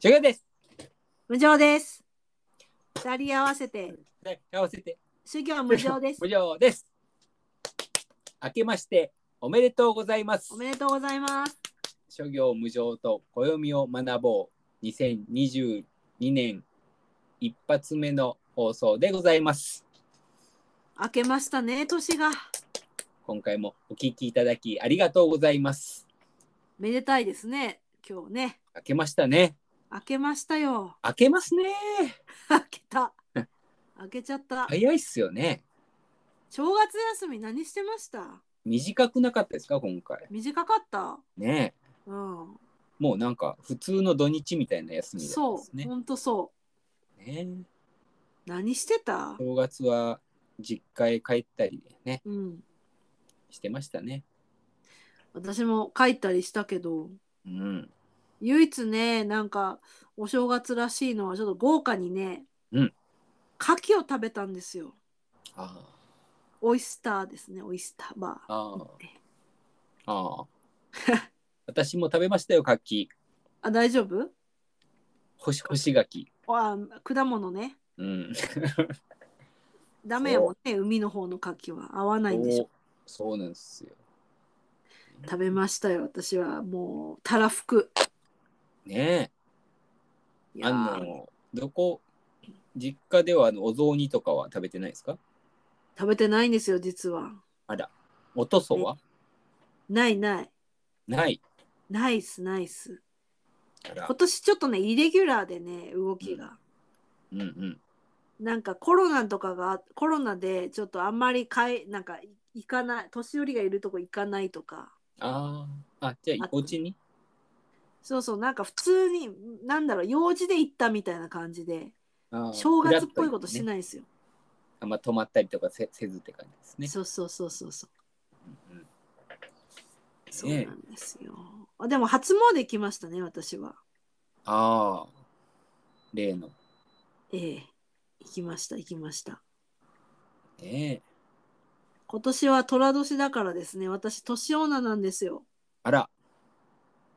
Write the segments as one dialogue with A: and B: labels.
A: ジャガです。
B: 無常です。二人合わせて、
A: ね、合わせて、
B: 修行無常です
A: 無。常です。明けまして、おめでとうございます
B: お。めでとうございます。
A: 諸行無常と暦を学ぼう。2022年一発目の放送でございます。
B: 明けましたね、年が。
A: 今回もお聞きいただきありがとうございます。
B: めでたいですね、今日ね。
A: 明けましたね。
B: 明けましたよ。
A: 明けますね。
B: 明けた。明けちゃった。
A: 早いっすよね。
B: 正月休み何してました
A: 短くなかったですか、今回。
B: 短かった。
A: ねえ
B: うん。
A: もうなんか普通の土日みたいな休みだったん
B: そ
A: です
B: う、
A: ね。
B: ほんとそ
A: ねえ
B: う。何してた
A: 正月は実家へ帰ったりね
B: うん。
A: してましたね。
B: 私も帰ったりしたけど、
A: うん。
B: 唯一ね、なんか、お正月らしいのは、ちょっと豪華にね、
A: うん。
B: 牡蠣を食べたんですよ。
A: あ
B: オイスターですね、オイスターバ
A: あ。あ
B: ー
A: あ。あ あ。私も食べましたよ、柿。
B: あ、大丈夫
A: 干し干し柿。
B: あ果物ね。
A: うん。
B: ダメやもんね、海の方の牡蠣は合わないんでしょ。
A: おそうなんですよ。
B: 食べましたよ、私は。もう、たらふく。
A: ね
B: い
A: え。
B: や
A: あ
B: ー
A: の、どこ、実家ではあのお雑煮とかは食べてないですか
B: 食べてないんですよ、実は。
A: おとそは、
B: ないない。
A: ない。
B: ナイスナイス。
A: あら
B: 今。年ちょっとね、イレギュラーでね、動きが。
A: うんうん。
B: なんかコロナとかが、コロナでちょっとあんまりかい、なんか行かない、年寄りがいるとこ行かないとか。
A: ああ。あ、じゃあ
B: あ、
A: お家に
B: そうそう、なんか普通に、なんだろう、用事で行ったみたいな感じで、
A: ああ
B: 正月っぽいことし
A: ね。
B: ないんですよ。
A: あんま泊まったりとかせせずって感じですね。
B: そうそうそうそうそう。
A: うんうん
B: そう
A: ねえ
B: なんですよ。あでも初詣行きましたね、私は。
A: ああ。例の。
B: ええ。行きました、行きました。
A: ねえ。
B: 今年は寅年だからですね、私、年女なんですよ。
A: あら。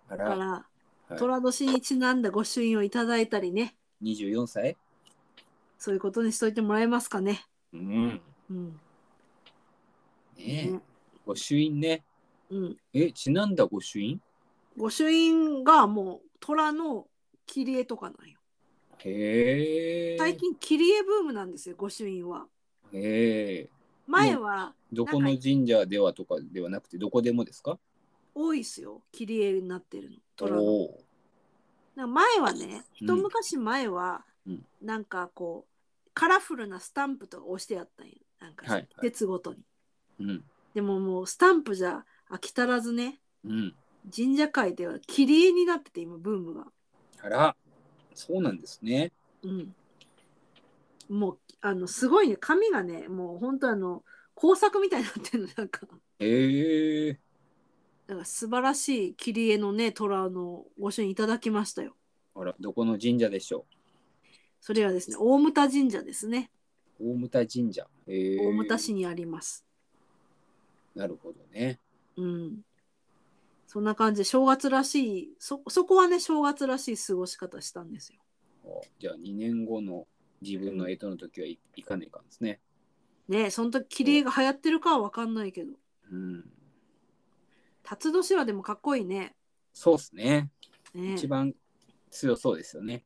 A: あ。
B: だからら、
A: はい
B: 寅年にちなんだ御朱印をいただいたりね、
A: 24歳
B: そういうことにしといてもらえますかね。
A: うん。
B: うん。
A: ねえ
B: ね。
A: 御朱印ね。
B: うん、
A: え、ちなんだ御朱印
B: 御朱印がもう虎の切り絵とかなんよ。
A: へえ。
B: 最。近切り絵ブームなんですよ、御朱印は。
A: へえ。
B: 前は
A: どこの神社ではとかではなくて、どこでもですか
B: 多いですよ、切り絵になってるの。
A: お
B: 虎の
A: お
B: なんか前はね
A: うん
B: 一昔前は、
A: うん
B: なんかこうカラフルなスタンプとか押してやったんよなんか
A: はいはい
B: 季節ごとに、
A: ー。うん。
B: でももうスタンプじゃ飽き足らずね
A: うん。
B: 神社界では切り絵になってて今ブームが、
A: あら。そうなんですね。
B: うん、もうあのすごいね紙がねもう本当あの工作みたいになってるのなんか
A: へえ。
B: だから素晴らしい切り絵のね虎のご朱印いただきましたよ
A: あら、どこの神社でしょ
B: それはですね大牟田神社ですね
A: う。大牟田神社。へえ。
B: 大牟田市にあります
A: なるほどね。
B: うん。そんな感じで正月らしいそそこはね正月らしい過ごし方したんですよ。
A: おじゃあ、2年後の自分の干支の時はい行かないかんですね。
B: ねその時切り絵が流行ってるかは分かんないけど
A: うん。
B: 辰年はでもかっこいいね。
A: そうですね。
B: ね
A: 一番強そうですよね。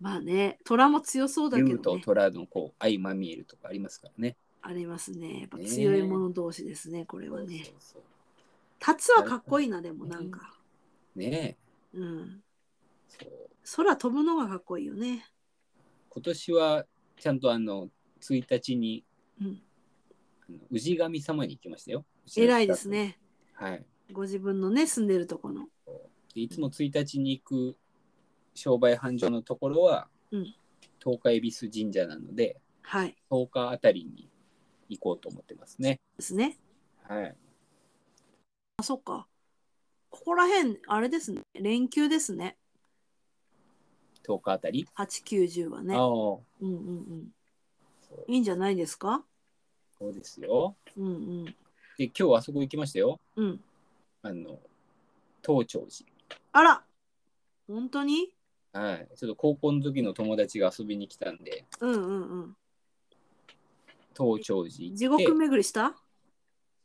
B: まあね虎も強そうだけ
A: 竜
B: ど、
A: と
B: ね、
A: 虎のこう相まみえるとかありますからね。
B: ありますね。やっぱ
A: ね
B: 強い者同士ですねこれはね
A: そう。そう
B: 辰はかっこいいなでもなんか。
A: そうねえ
B: うん。
A: そう
B: 空飛ぶのがかっこいいよね。
A: 今年はちゃんとあの1日に
B: うん。
A: あの氏神様に行きましたよ。
B: 偉いです。ね。
A: はい、
B: ご自分のね住んでるとこの。
A: でいつも1日に行く商売繁盛のところは、
B: うん
A: 東海恵比寿神社なので
B: はい。
A: 10日あたりに行こうと思ってますね。
B: ですね。
A: はい、
B: あ、そっか。ここら辺、あれですね。連休ですね。
A: 10日あたり。
B: 8、9、10はね
A: ああ。そ
B: うんうんうん。
A: う
B: いいんじゃないですか
A: そうですよ。
B: うんうん。
A: で今日あそこ行きましたよ。
B: うん。
A: あの東長寺。
B: あら本当に
A: はい。ちょっと高校の時の友達が遊びに来たんで、
B: うんうんうん。
A: 東長寺
B: 地
A: 行って
B: 獄巡りした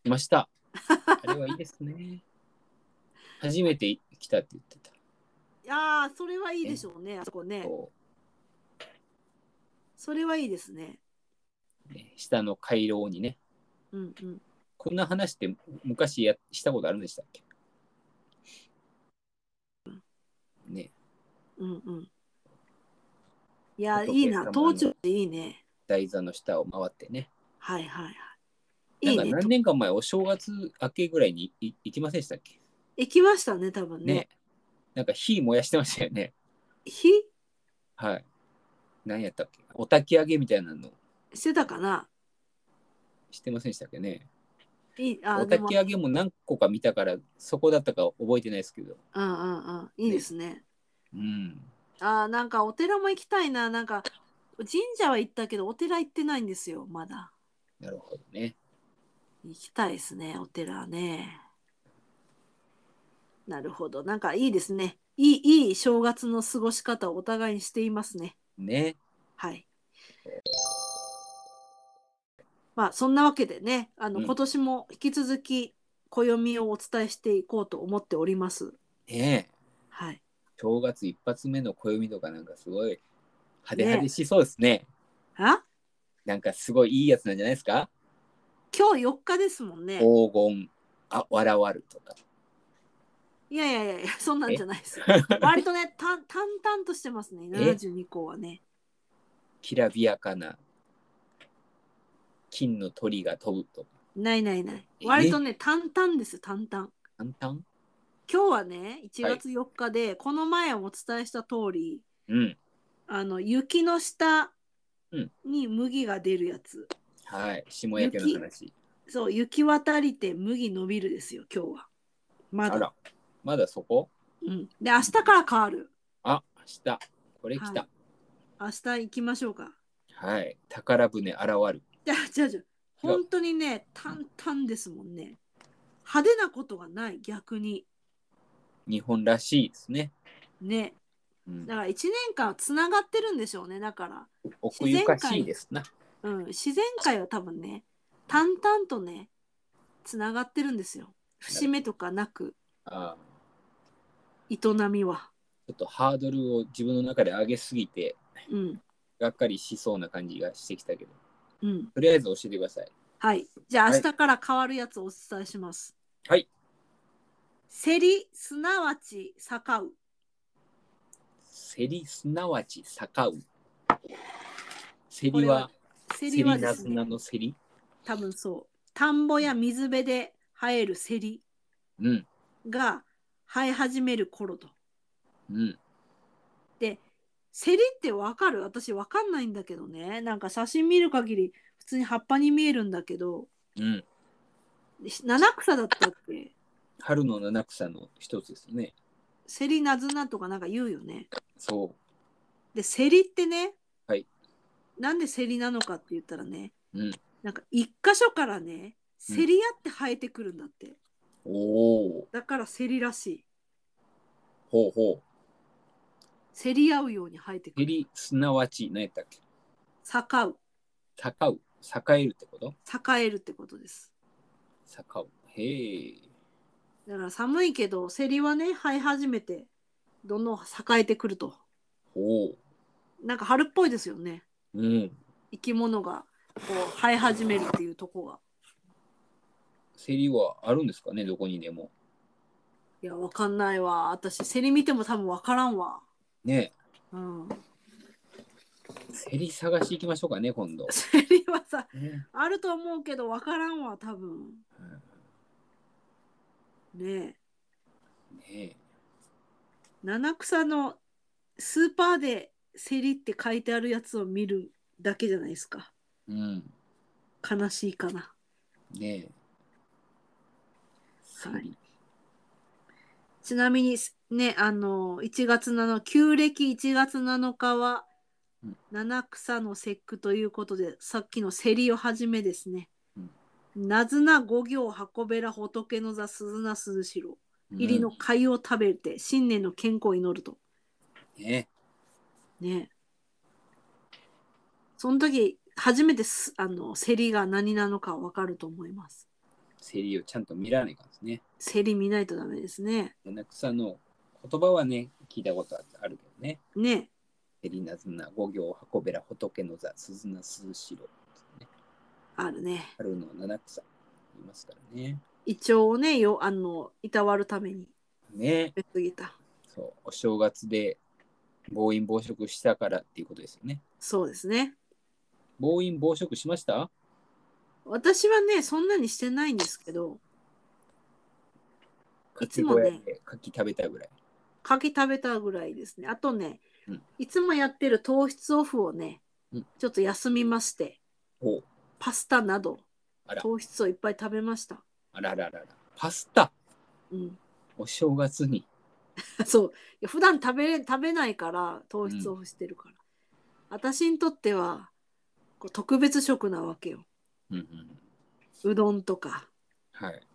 A: 来ました。あれはいいです ね。初めて来たって言って
B: ああ、それはいいでしょうね、あそこ
A: た。
B: ね。
A: こ
B: それはいいですね。
A: うね下の回廊にね。
B: うんうん。
A: こんな話って昔やしたことあるんでしたっけね。
B: うんうん。いや、
A: 仏
B: いいな。
A: 様の
B: 東中っていいね。
A: 台座の下を回ってね。
B: はいはいはい。
A: ないん
B: い
A: か
B: ね。
A: 何年か前、お正月明けぐらいにいい行きませんでしたっけ
B: 行きましたね、多分ね。
A: ね。なんか火燃やしてましたよね。
B: 火
A: はい。何やったっけお焚き上げみたいなの
B: してたかな
A: してませんでしたっけね。
B: いい、
A: お
B: あ、で
A: 焚
B: も、
A: き上げも何個か見たから、そこだったか覚えてないですけど。
B: うんうんうん。いいですね。
A: うん。
B: あーなんかお寺も行きたいな。なんか神社は行ったけどお寺行ってないんですよ、まだ。
A: なるほどね。
B: 行きたいですね、お寺ね。なるほど。なんかいいですね。いい、いい正月の過ごし方をお互いにしていますね。
A: ね。
B: はい。まあそんなわけでね、あの、
A: うん
B: 今年も引き続き暦をお伝えしていこうと思っております。
A: ねえ。
B: はい。
A: 正月一発目の暦とかなんかすごい派手派手しそうですね。
B: あ
A: なんかすごいいいやつなんじゃないですか
B: 今日4日ですもんね。
A: 黄金、あ、わらわるとか。
B: いやいやいや いや、そんなんじゃないですよ。 割とね、たん淡々としてますね、
A: え
B: 72項はね。
A: きらびやかな金の鳥が飛ぶとか。
B: ないないない。
A: え
B: 割とね、淡々ですよ、淡々。
A: 簡単
B: 今日はね、1月4日で、この前お伝えした通り、
A: うん。
B: あの、雪の下
A: うん
B: に麦が出るやつ。
A: はい。下焼けの話。
B: そう、雪渡りて麦伸びるですよ、今日は。ま
A: あ
B: だ。
A: ら、まだそこ
B: うん。で、明日から変わる。
A: あ、明日。これ来た。
B: 明日行きましょうか。
A: はい。宝船現る。
B: じゃあ、じゃあ、じゃあ本当にね、淡々ですもんね。派手なことがない、逆に。
A: 日本らしいですね。
B: ね。
A: うん
B: だ、から1年間つながってるんでしょうね。だから、
A: 奥ゆかしいですな。
B: うん、自然界は多分ね、淡々とね、つながってるんですよ。節目とかなく、
A: あー
B: 営みは。
A: ちょっとハードルを自分の中で上げすぎて、
B: うん、
A: がっかりしそうな感じがしてきたけど。
B: うん。
A: とりあえず教えてください。
B: はい。じゃあ、
A: は
B: 明
A: い
B: 日から変わるやつをお伝えします。
A: はい。
B: せり、すなわち、坂う。
A: セリすなわち坂う。セ
B: こ
A: リ
B: れは
A: は、
B: せ
A: セリ
B: りはで
A: な
B: す
A: ず
B: ね
A: な、のセリ。
B: 多分そう。田んぼや水辺で生えるせり
A: うん、
B: が生え始める頃と。
A: うん。
B: でセリってわかる私わかんないんだけどねなんか写真見る限り普通に葉っぱに見えるんだけど
A: うん、
B: し七草だったっけ
A: 春の七草の一つですね。
B: セリナズナとかなんか言うよね
A: そ
B: でセリってね、
A: はい
B: なんでセリなのかって言ったらね、
A: うん
B: なんか一箇所からねセリやって生えてくるんだって、
A: う。おお、
B: だからセリらしい
A: ほうほう。
B: セリ合うように生えてく
A: セ
B: る
A: リすなわち、何やったっけ
B: 栄う
A: 坂う。栄えるってこと
B: 栄えるってことです
A: 坂う。へえ。
B: だから寒いけどセリはね生え始めてどんどん栄えてくると
A: ほう。
B: なんか春っぽいですよね
A: うん。
B: 生き物がこう生え始めるっていうとこが
A: セリはあるんですかね、どこにでも。
B: いやわかんないわ私セリ見ても多分わからんわ
A: ね
B: うん
A: えセリ探し行きましょうかね、今度。
B: セリはさ
A: ね
B: あると思うけどわからんわ多分ねえ
A: ね
B: 七草のスーパーでセリって書いてあるやつを見るだけじゃないですか
A: え。うん。
B: 悲しいかな
A: ねえ。
B: は
A: セリ
B: いちなみにねあの1月7日旧暦1月7日は
A: うん
B: 七草の節句ということでさっきのセリをはじめですね
A: うん
B: 「なずな五行箱べら仏の座鈴な鈴代」入りの
A: うん
B: 貝を食べて新年の健康を祈ると
A: ね
B: ねその時初めてすあの競りが何なのか分かると思います
A: セリをちゃんと見らないからですね。
B: 競り見ないとダメですね
A: 七草の言葉はね、聞いたことあるけどね。
B: ね
A: セリナズナ、五行、箱べら、仏の座、鈴名、鈴代、ね。
B: あるね
A: 春の七草、いますからね。
B: 胃腸をねよあのいたわるために
A: ね、
B: 食べ過ぎた
A: そう、お正月で暴飲暴食したからっていうことですよね。
B: そうですね
A: 暴飲暴食しました
B: 私はねそんなにしてないんですけどい
A: 柿
B: つも
A: 小
B: ね
A: 屋で柿食べたぐらい。
B: 柿食べたぐらいですねあとね、
A: うん
B: いつもやってる糖質オフをね、
A: うん
B: ちょっと休みまして
A: おう
B: パスタなど
A: あら
B: 糖質をいっぱい食べました
A: あらららら。パスタ
B: うん、
A: お正月に。
B: そういや普段食べれ食べないから糖質オフしてるから、私にとってはこう特別食なわけよ
A: うんうん。
B: うどんとか
A: はい。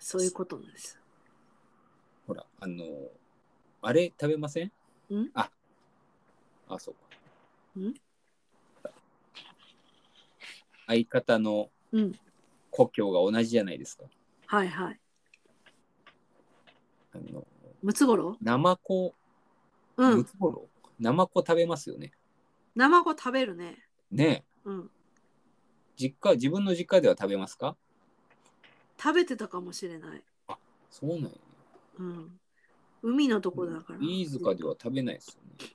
B: そういうことなんです
A: ほら、あのあれ食べません
B: ん
A: あ、あ、そうか。
B: ん
A: 相方の
B: うん
A: 故郷が同じじゃないですか。
B: はいはい
A: あの
B: ムツゴロ
A: ナマコ、
B: ウう
A: ム
B: ん
A: ツゴロウナマコ食べますよね。
B: 生子食べるね
A: ねえ
B: うん
A: 実家、自分の実家では食べますか
B: 食べてたかもしれない、
A: そうなんや、ね。
B: うん、海のとこだから
A: 飯塚では食べないですよね。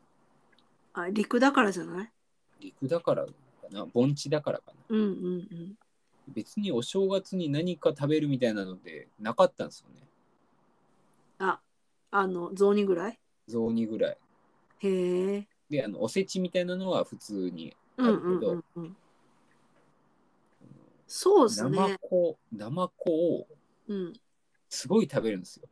B: あ陸だからじゃない
A: 陸だからかな、盆地だからかな。
B: うんうんうん
A: 別にお正月に何か食べるみたいなのでなかったんですよね。
B: ああの雑煮ぐらい
A: 雑煮ぐらい。
B: へえ
A: で、あのおせちみたいなのは普通に
B: うんうんうんうんそうです
A: 生
B: ね
A: 子、生子を
B: うん
A: すごい食べるんですよ。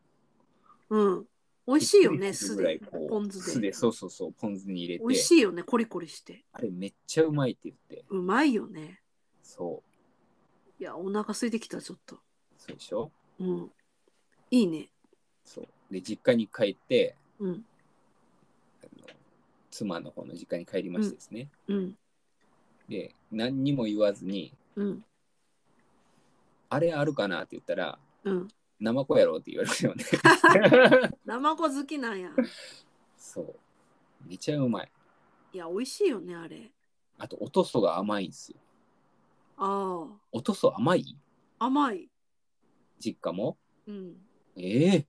B: うん美味しいよ
A: びっ
B: ね
A: くりす
B: 酢
A: るぐら
B: で
A: いこう
B: ポン酢
A: 酢
B: で
A: で、そうそうそう、ポン酢に入れて
B: 美、味しいよねコリコリして
A: あれめっちゃうまいって言って、
B: うまいよね
A: そう、
B: いやお腹空いてきたちょっと
A: そうでしょ
B: うんいいね
A: そう。で、実家に帰って、
B: うん
A: あの妻の方の実家に帰りましてですね。
B: うん
A: で、何にも言わずに、
B: うん
A: あれあるかなって言ったら、
B: うん
A: 生子やろって言われるよね。
B: 生子好きなんや
A: そう。めちゃうまい。
B: いや美味しいよねあれ
A: あと、おとそが甘いんですよ。
B: あ
A: おとそ甘い
B: あ甘い
A: 実家も
B: うん
A: ええ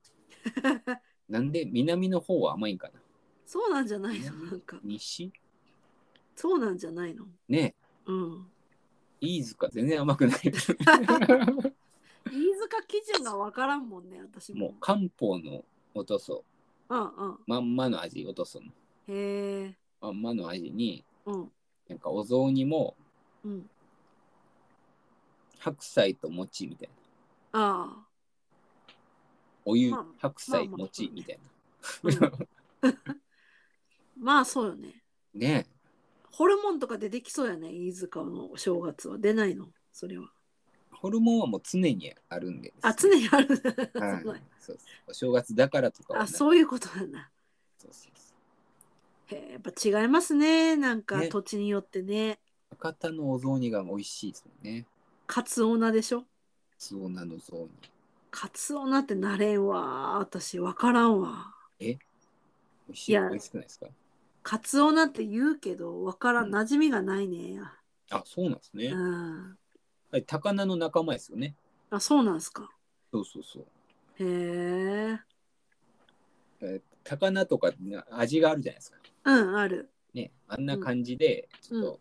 A: なんで南の方は甘いんかな
B: そうなんじゃないのなんか
A: 西
B: そうなんじゃないの
A: ね
B: うん
A: え、飯塚全然甘く ない。
B: 飯塚基準が分からんもんね私
A: も
B: も
A: う漢方のおとそ、
B: うんうん
A: まんまの味、おとその
B: へえ
A: まんまの味に、
B: うん
A: なんかお雑煮も
B: うん
A: 白菜と餅みたいな。
B: あ
A: お湯、
B: まあ
A: 白菜、
B: まあまあ
A: 餅みたい
B: あ、 うん、まあそうよね
A: な。 ねえ、
B: ホルモンとか出てきそうやね飯塚のお正月は出ないのそれは
A: ホルモンはもう常にあるんでですね、
B: あ常に ある
A: はい
B: すごい
A: そうそうお正月だからとかは
B: あ
A: ない
B: そういうことなんだ
A: そうそうそう
B: へえやっぱ違いますねなんか
A: ね
B: 土地によってね
A: 博多のお雑煮が美味しいですもんね。
B: カツオナでしょ
A: つおなの雑煮。
B: カツオナってなれんわ私分からんわ
A: 美味し
B: い
A: い。美
B: や
A: 味しくないですか
B: カツオナって言うけど分からん
A: うん
B: 馴染みがないね
A: あ、そうなんですね。
B: う
A: あ
B: ん
A: れ高菜の仲間ですよね。
B: あそうなんすか
A: そうそうそう。
B: へえ
A: えー高菜とかな味があるじゃないですか。
B: うんある
A: ね。あんな感じで、ち
B: う
A: ょ
B: ん
A: っと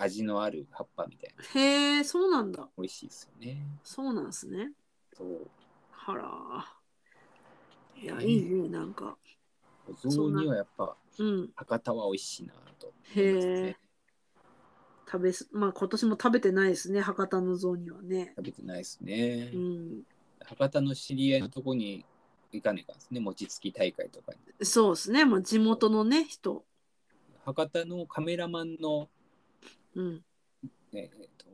A: 味のある葉っぱみたいな。
B: へえそうなんだ
A: 美味しいですよね。
B: そうなんすね
A: そう。
B: はらいや
A: ね
B: いいねなんか
A: お雑煮はやっぱ
B: うん
A: 博多は美味しいなと思い
B: へえ
A: ますね。
B: 食べすまあ今年も食べてないですね博多の雑煮はね
A: 食べてないですね
B: う。ん
A: 博多の知り合いのとこに行かねえかんですね。餅つき大会とかに。
B: そうですねもう地元のね人
A: 博多のカメラマンの
B: うん
A: えー、と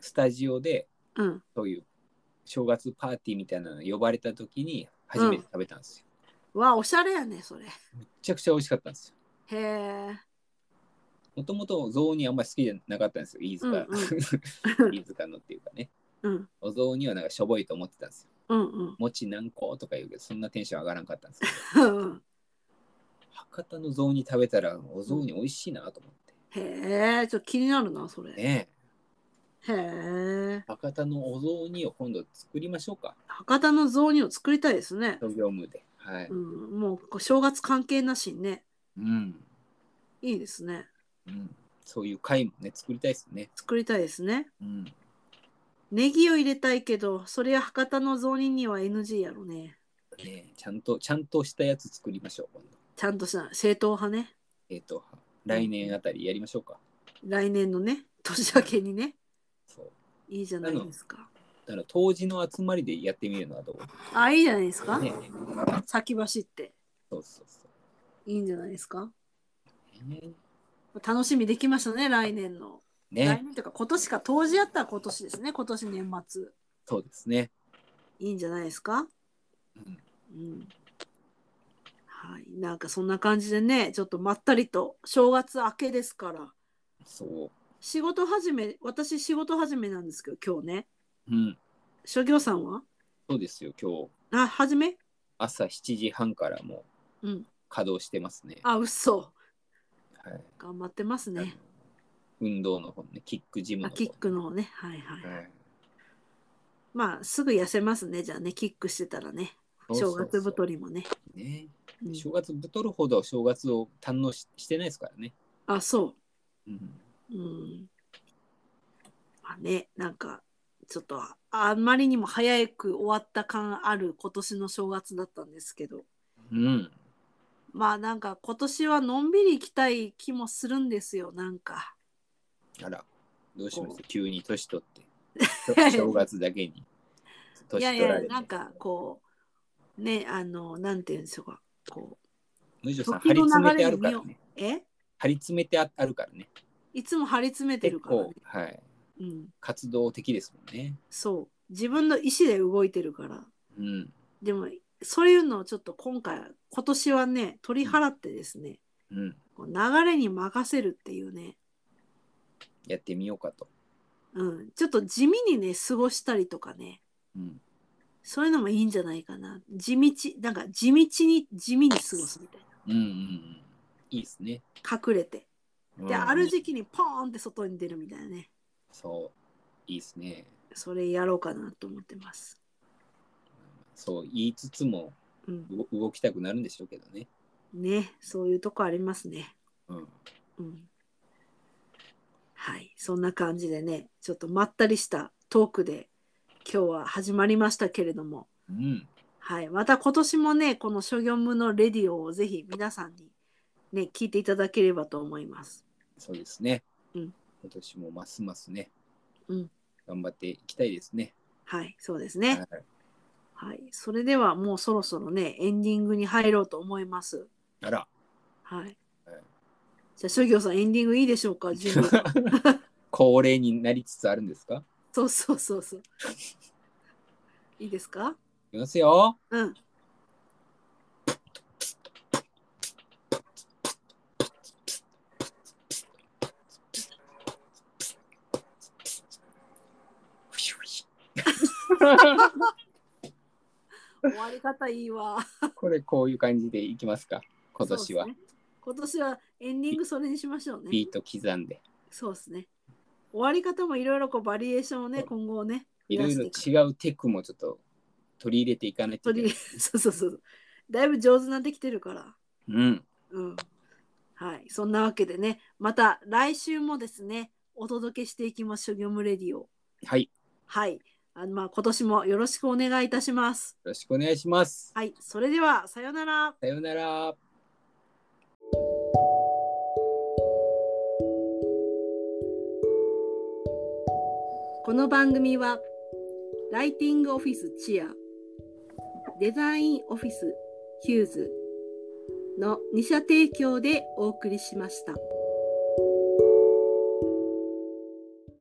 A: スタジオで
B: うん
A: そういう正月パーティーみたいなのに呼ばれた時に初めて食べたんですよ。
B: わあおしゃれやねそれ。
A: めちゃくちゃ美味しかったんですよ。
B: へ え。
A: もともと雑煮あんまり好きじゃなかったんですよ、飯塚。
B: う ん
A: 飯塚のっていうかね。
B: うん
A: お雑煮はなんかしょぼいと思ってたんですよ。
B: うんうん
A: 餅何個とか言うけど、そんなテンション上がらんかったん ですけど、
B: うん。
A: 博多の雑煮食べたら、お雑煮美味しいなと思っ
B: へえちょっと気になるなそれ。
A: て。
B: へ
A: ねえ
B: え。
A: 博多のお雑煮を今度作りましょうか、
B: 博多の雑煮を作りたいですね。
A: 商業務で。はい。
B: うん、もうこう正月関係なしにね
A: うん。
B: いいですね
A: うん。そういう会もね、作りたいですね。
B: 作りたいですね。
A: うん。
B: ネギを入れたいけどそれは博多の雑煮には NG やろね。
A: ねちゃんと、ちゃんとしたやつ作りましょう、今度。
B: ちゃんとした正統派ね
A: えっ、と、来年あたりやりましょうか。
B: 来年のね年明けにね
A: そう。
B: いいじゃないですか。
A: だから、当時の集まりでやってみるのはどう
B: あいいじゃないですか、
A: ね。
B: 先走って
A: そうそうそう。
B: いいんじゃないですか
A: ね
B: 楽しみできましたね来年の、来
A: ね、
B: 年というか今年か当時やったら今年ですね今年年末
A: そうですね。
B: いいんじゃないですか
A: うん
B: うんはいなんかそんな感じでねちょっとまったりと正月明けですから
A: そ
B: 仕事始め私仕事始めなんですけど今日ね
A: う。うん。
B: 諸行さんは
A: そうですよ、今日、
B: あ始め
A: 朝7時半からもう
B: うん
A: 稼働してますね。
B: あ嘘
A: はい。
B: 頑張ってますね
A: 運動の方ね、キックジムの
B: あ
A: 方。
B: キックの方ねはいはい、
A: はい
B: まあすぐ痩せますねじゃあねキックしてたらね正月太
A: り。
B: りもね
A: ね、
B: うん
A: 正月太るほど正月を堪能ししてないですからね。
B: あそう
A: うん、
B: うんまあね、なんか、ちょっとあ、あんまりにも早く終わった感ある今年の正月だったんですけど、
A: うん、
B: まあなんか今年はのんびり行きたい気もするんですよ、なんか。
A: あら、どうしまし
B: こ
A: た急に年取 って。正月だけに。
B: い
A: 年取
B: や
A: ら
B: い
A: れ
B: や、
A: て
B: なんかこう、ね、あの、なんていうんでしょうか、こう、
A: むしろさん、張
B: 時
A: り
B: の
A: 詰め
B: 流
A: てあ
B: れ
A: る
B: に身
A: から
B: を
A: ね。、
B: え
A: 張り詰めてああるからね。
B: いつも張り詰めて
A: 結
B: るから、
A: 構
B: ね、
A: はい、
B: うん、
A: 活動的ですもんね。
B: そう、自分の意思で動いてるから、
A: うん、
B: でも、そういうのをちょっと今回、今年はね、取り払ってですね、
A: うん、
B: こう流れに任せるっていうね、
A: やってみようかと。
B: うん、ちょっと地味にね過ごしたりとかね
A: うん、
B: そういうのもいいんじゃないかな地道なんか地道に地味に過ごすみたい
A: うん、うん、うん。いいですね。
B: な隠れて
A: うん
B: で、ある時期にポーンって外に出るみたいなね
A: そう、いいですね。
B: それやろうかなと思ってます、
A: そう言いつつも
B: うん、
A: う動きたくなるんでしょうけどね。
B: ねそういうとこありますね
A: うん、
B: うんはいそんな感じでねちょっとまったりしたトークで今日は始まりましたけれども
A: うん、
B: はい、また今年もね、この諸行無のレディオをぜひ皆さんにね、聞いていただければと思います。
A: そうですね。
B: うん
A: 今年もますますね、
B: うん
A: 頑張っていきたいですね。
B: はい、そうですね。
A: はい
B: はい、それではもうそろそろね、エンディングに入ろうと思います。
A: あら、
B: はい
A: はい。
B: じゃあ諸行さん、エンディングいいでしょ うか、準備
A: 恒例になりつつあるんですか。
B: そうそうそうそう。いいですか
A: いきますよ。
B: うん。終わり方いいわ。
A: これこういう感じでいきますか。今年は、
B: そうですね今年はエンディングそれにしましょう
A: ビ
B: ね
A: ー。ト刻んで、
B: そうですね。終わり方もいろいろこうバリエーションをね、今後ね、
A: いろいろ
B: 増やしていく
A: 違うテクもちょっと取り入れていかないといけな
B: 取
A: い。
B: り そうそうそう。だいぶ上手になってきてるから。
A: うん、
B: うん。はい。そんなわけでね、また来週もですね、お届けしていきましょう、業務レディオ。
A: はい、よ
B: はい。あのまあ今年もよろしくお願いいたします。
A: ろしくお願いします。
B: はい。それでは、さようなら。
A: さようなら。
B: この番組はライティングオフィスチアデザインオフィスヒューズの2社提供でお送りしました。